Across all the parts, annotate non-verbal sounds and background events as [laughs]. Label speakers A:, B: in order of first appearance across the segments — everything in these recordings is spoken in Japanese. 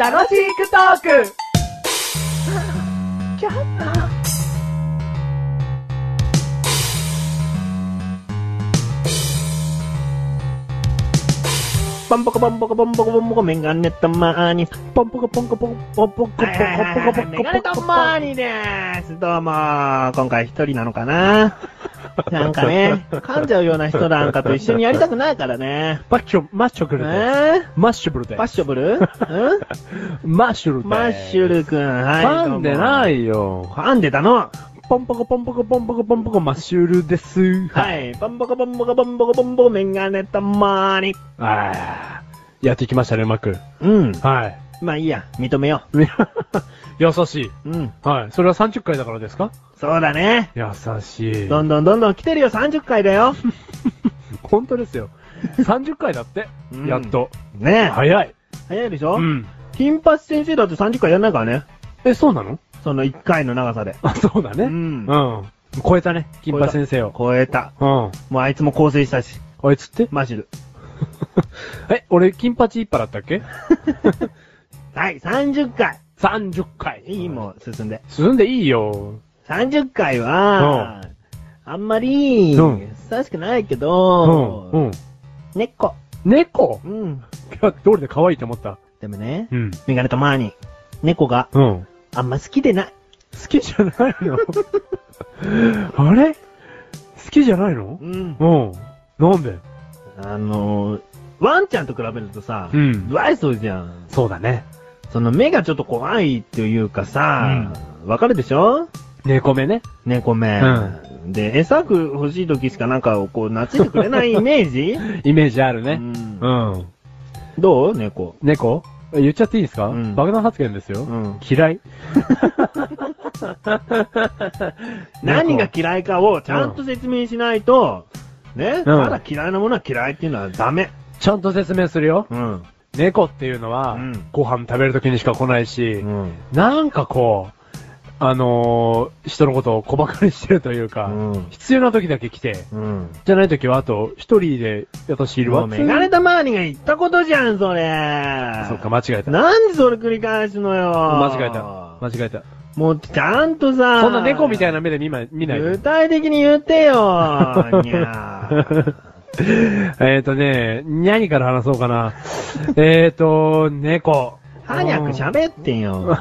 A: 楽しくトーク
B: ポンポコポンポコポンポコポンポコメガネたまーに。ポンポコポンコポンポンポコポンポコポンポコポンポコ
A: メガネたまー
B: にでーす。どうもー。今回一人なのかななんかね、噛んじゃうような人なんかと一緒にやりたくないからね。
C: マッシュ、マッシュ
B: え
C: くるで。
B: ー、
C: マッシュブルで
B: マッ。シュブルん
C: マッシュブルで。
B: マッシュルくん。はい。。
C: 噛んでないいよ。
B: 噛んでたの。
C: ポンポコポンポコポンポコポンポコマッシュルです。
B: はい。ポンポコポンポコポンポコポンポコメガネたまーに。
C: あーやってきましたね、うまく。
B: うん。
C: はい。
B: まあいいや。認めよ [laughs]
C: 優しい。
B: う。うん。
C: はい。それは30回だからですか
B: そうだね。
C: 優しい。
B: どんどんどんどん来てるよ。30回だよ。
C: 本当ですよ。30回だって
B: う。ん
C: やっと。
B: ねえ。
C: 早い。
B: 早いでしょ
C: ん。
B: 金八先生だって30回やんないからね。
C: え、そうなの
B: その1回の長さで。
C: あ、そうだね。
B: う
C: うん。
B: ん。
C: 超えたね、金八先生を。
B: 超えた。
C: うん。
B: もうあいつも構成したし、
C: あいつって [laughs]
B: マシル。
C: え、俺、金八一派だったっけ
B: はい、30回。
C: ?30 回。
B: いい、もう進んで。
C: 進んでいいよ。
B: 30回は、あんまり、
C: うん
B: 親しくないけ
C: うん。う
B: ど、
C: ん。
B: 猫。
C: 猫
B: うん。
C: いや、どれで可愛いと思った。
B: でもね、
C: うん。
B: メガネとマーニー、猫が
C: うん。
B: あんま好きでない。
C: 好きじゃない [laughs] のあれ好きじゃないの
B: うん。
C: うん。なんで
B: あのー、ワンちゃんと比べるとさ、
C: うん
B: ワイソじゃん。
C: そうだね。
B: その目がちょっと怖いっていうかさ、わ、かるでしょ
C: 猫目ね。
B: 猫目。で、餌く欲しい時しかなんかこう懐いてくれないイメージ、
C: イメージある
B: う
C: [laughs] ね。
B: ん
C: うん。
B: どう猫。
C: 猫言っちゃっていいですか
B: うん
C: 爆弾発言ですよ。
B: ん。
C: 嫌い。
B: 何が嫌いかをちゃんと説明しないと、ね、
C: うん
B: ただ嫌いなものは嫌いっていうのはダメ。
C: ちゃんと説明するよ。
B: うん。
C: 猫っていうのは、
B: うん
C: ご飯食べる時にしか来ないし、
B: うん。
C: なんかこう、あのー人のことを小馬鹿にしてるというか、
B: うん
C: 必要な時だけ来て、
B: うん。
C: じゃない時はあと、一人で私いる
B: もう
C: わ。
B: メガネたまわりが言ったことじゃん、それ。
C: そっか、間違えた。
B: なんでそれ繰り返すのよ。
C: 間違えた。間違えた。
B: もうちゃんとさ、
C: そんな猫みたいな目で見ま見ない
B: 具
C: で。
B: 体的に言 [laughs] ってよ。にゃー
C: [laughs] えっとね、何から話そうかな。えっと、猫。
B: 早く喋ってよ。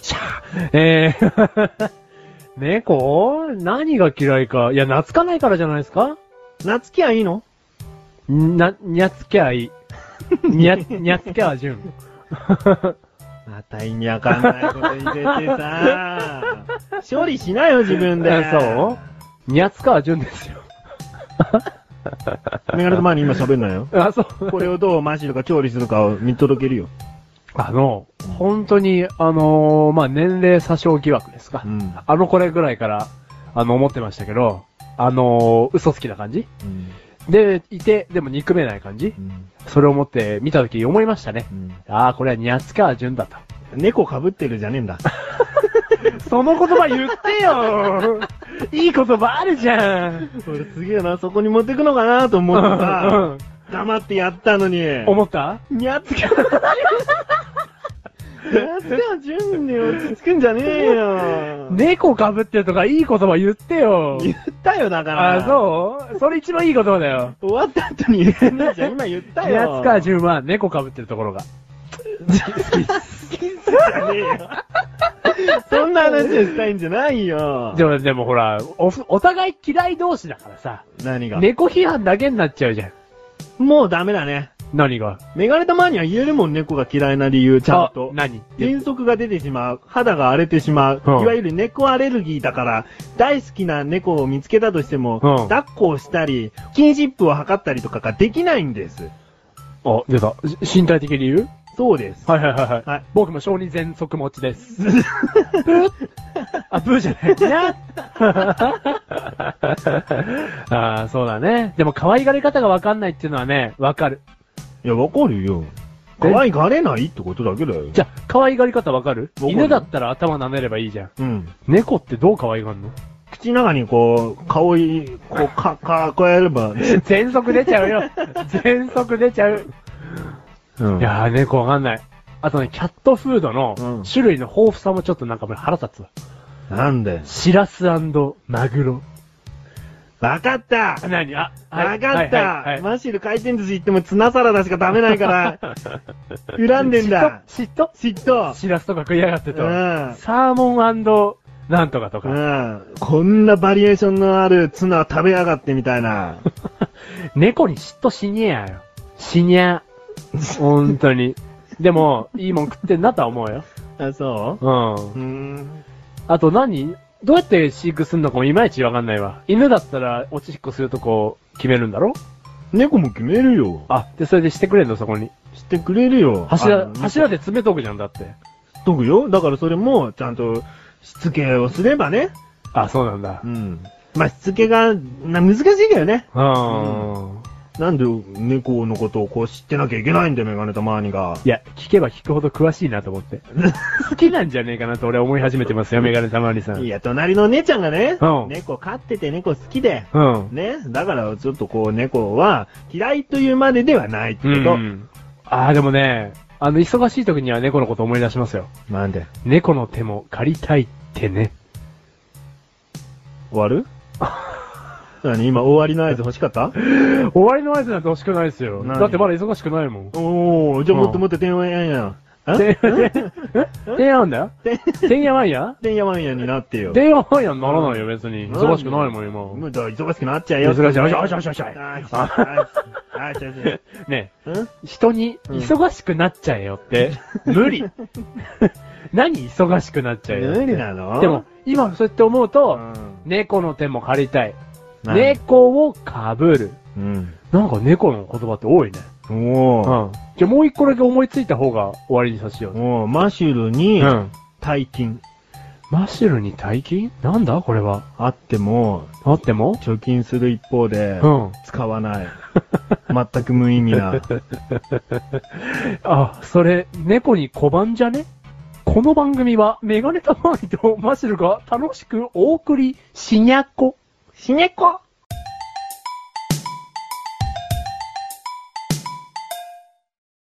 C: しゃあ、えー、 [laughs] 猫何が嫌いか。いや、懐かないからじゃないですか
B: 懐きゃいいの
C: な、にゃつ
B: [laughs]
C: きゃいい。にゃ、にゃつきゃじゅん。
B: また意味わかんないこと言っててさ。処理しなよ、自分で。
C: そうにゃつかじゅんですよ。
B: メガネと前に今喋んないよ。
C: あ、
B: [laughs]
C: そ
B: こ
C: う。
B: れをどうマシルか調理するかを見届けるよ。
C: あの、本当に、あのーまあ、年齢詐称疑惑ですか。
B: うん。
C: あのこれぐらいから、あの、思ってましたけど、あのー嘘つきな感じ
B: うん。
C: で、いて、でも憎めない感じ
B: うん
C: それを思って見たとき思いましたね。ああ、これはにゃつかじゅんだと。
B: 猫被ってるじゃねえん [laughs] だ。
C: その言葉言って
B: [laughs]
C: よいい言葉あるじゃん
B: 俺すげえな、そこに持ってくのかなと思って
C: うん
B: [laughs]
C: う
B: さ
C: ん、
B: 黙ってやったのに。
C: [laughs] 思った
B: にゃつきゃ。にゃつきゃ順に落ち着くんじゃねえ
C: [laughs]
B: よ。
C: 猫かぶってるとかいい言葉言ってよ
B: 言ったよ、だから。
C: あ、そうそれ一番いい言葉だよ。
B: 終わった後に言ってねえじゃん。今言ったよ。
C: やつか順は猫かぶってるところが。
B: [laughs] そんな話をしたいんじゃないよ。
C: でも、でもほら、おふ、お互い嫌い同士だからさ、
B: 何が、
C: 猫批判だけになっちゃうじゃん。
B: もうダメだね。
C: 何が
B: メガネたまには言えるもん、猫が嫌いな理由、ちゃんと
C: あ。何って。
B: 喘息が出てしまう。肌が荒れてしまう。
C: うん
B: いわゆる猫アレルギーだから、大好きな猫を見つけたとしても、
C: うん
B: 抱っこをしたり、キンシップを測ったりとかができないんです。
C: あ、出た。し身体的理由
B: そうです。
C: はいはいはいはい。
B: はい
C: 僕も小児喘息持ち [laughs] です。ブーあ、ブーじゃない。 [laughs] にゃっあーそうだね。でも可愛がり方がわかんないっていうのはね、わかる。
B: いや、わかるよ。可愛がれないってことだけだよ。
C: じゃあ、可愛がり方わかる
B: わかる
C: 犬だったら頭舐めればいいじゃん。
B: うん。
C: 猫ってどう可愛がんの
B: 口の中にこう、顔い、こう、か、か、こうやれば、 [laughs]
C: 全速出ちゃうよ。全速出ちゃう。
B: うん
C: いやー、猫わかんない。あとね、キャットフードの
B: うん
C: 種類の豊富さもちょっとなんか俺腹立つわ。
B: なんで
C: シラスマグロ。
B: わかった
C: 何あ、はい
B: わかった、
C: はいはいはい
B: マシル回転寿司行ってもツナサラダしか食べない
C: [laughs]
B: から、恨んでんだ
C: 嫉妬
B: 嫉
C: 嫉妬
B: 妬
C: シラスとか食いやがってと。
B: うん
C: サーモンなんとかとか。
B: うん。こんなバリエーションのあるツナ食べやがってみたい
C: [laughs]
B: な。
C: 猫に嫉妬しにゃよ。し
B: [laughs]
C: にゃ。本当に。でも、いいもん食ってんなとは思うよ。。
B: あ、そうううんーん。
C: あと何どうやって飼育すんのかもいまいちわかんないわ。犬だったら、おち引っこするとこ決めるんだろ
B: 猫も決めるよ。
C: あ、で、それでしてくれんのそこに。
B: してくれるよ。あ
C: 柱、
B: の
C: 柱で詰めとくじゃん、だって。
B: とくよ。だからそれも、ちゃんと、しつけをすればね。
C: あ、そうなんだ
B: う。ん。まあ、しつけが、な、難しいけどね。
C: うーん。
B: なんで猫のことをこう知ってなきゃいけないんだよ、メガネたまーにが。
C: いや、聞けば聞くほど詳しいなと思って。
B: [laughs]
C: 好きなんじゃねえかなと俺は思い始めてますよ、メガネたまわりさん。
B: いや、隣の姉ちゃんがね、
C: うん
B: 猫飼ってて猫好きで、
C: うん。
B: ね、だからちょっとこう猫は嫌いというまでではないって
C: う
B: こと。
C: ん。ああ、でもね、あの、忙しい時には猫のこと思い出しますよ。
B: なんで
C: 猫の手も借りたいっ
B: [laughs]
C: てね。
B: 終わる [laughs] 何今終わりの合図欲しかった
C: 終わりの合図なんて欲しくないですよ。
B: 何
C: だってまだ忙しくないもん。
B: おー、じゃあもっともっと電話やんや。
C: て、て、てんやわんだよ
B: て
C: てんやわんや
B: 電話やんやになってよ。
C: てんやわんやにならないよ、別に。
B: うん
C: 忙しくないもん、今。
B: もうだ忙しくなっちゃうよ。
C: 忙しいよしよし
B: あ
C: よ
B: ー
C: し
B: し
C: よ
B: よし
C: し
B: よしあーしよしよし
C: ね
B: うん
C: 人に、
B: うん
C: 忙しくなっちゃえよって、無理。何忙しくなっちゃえよって。
B: 無理なの
C: でも、、今そうやって思うと、
B: うん
C: 猫の手も借りたい。
B: なんで
C: 猫をかぶる。
B: うん。
C: なんか猫の言葉って多いね。
B: おー。
C: ん。じゃあもう一個だけ思いついた方が終わりにさせよう。
B: おー、マシュルに、
C: ん。
B: 大金。
C: マシュルに大金なんだこれは。
B: あっても、
C: あっても
B: 貯金する一方で、
C: うん。
B: 使わない。全く無意味 [laughs] な。
C: あ、それ、猫に拒んじゃねこの番組は、メガネたまわりとマシュルが楽しくお送りしにゃっこ。
B: 死ねっこ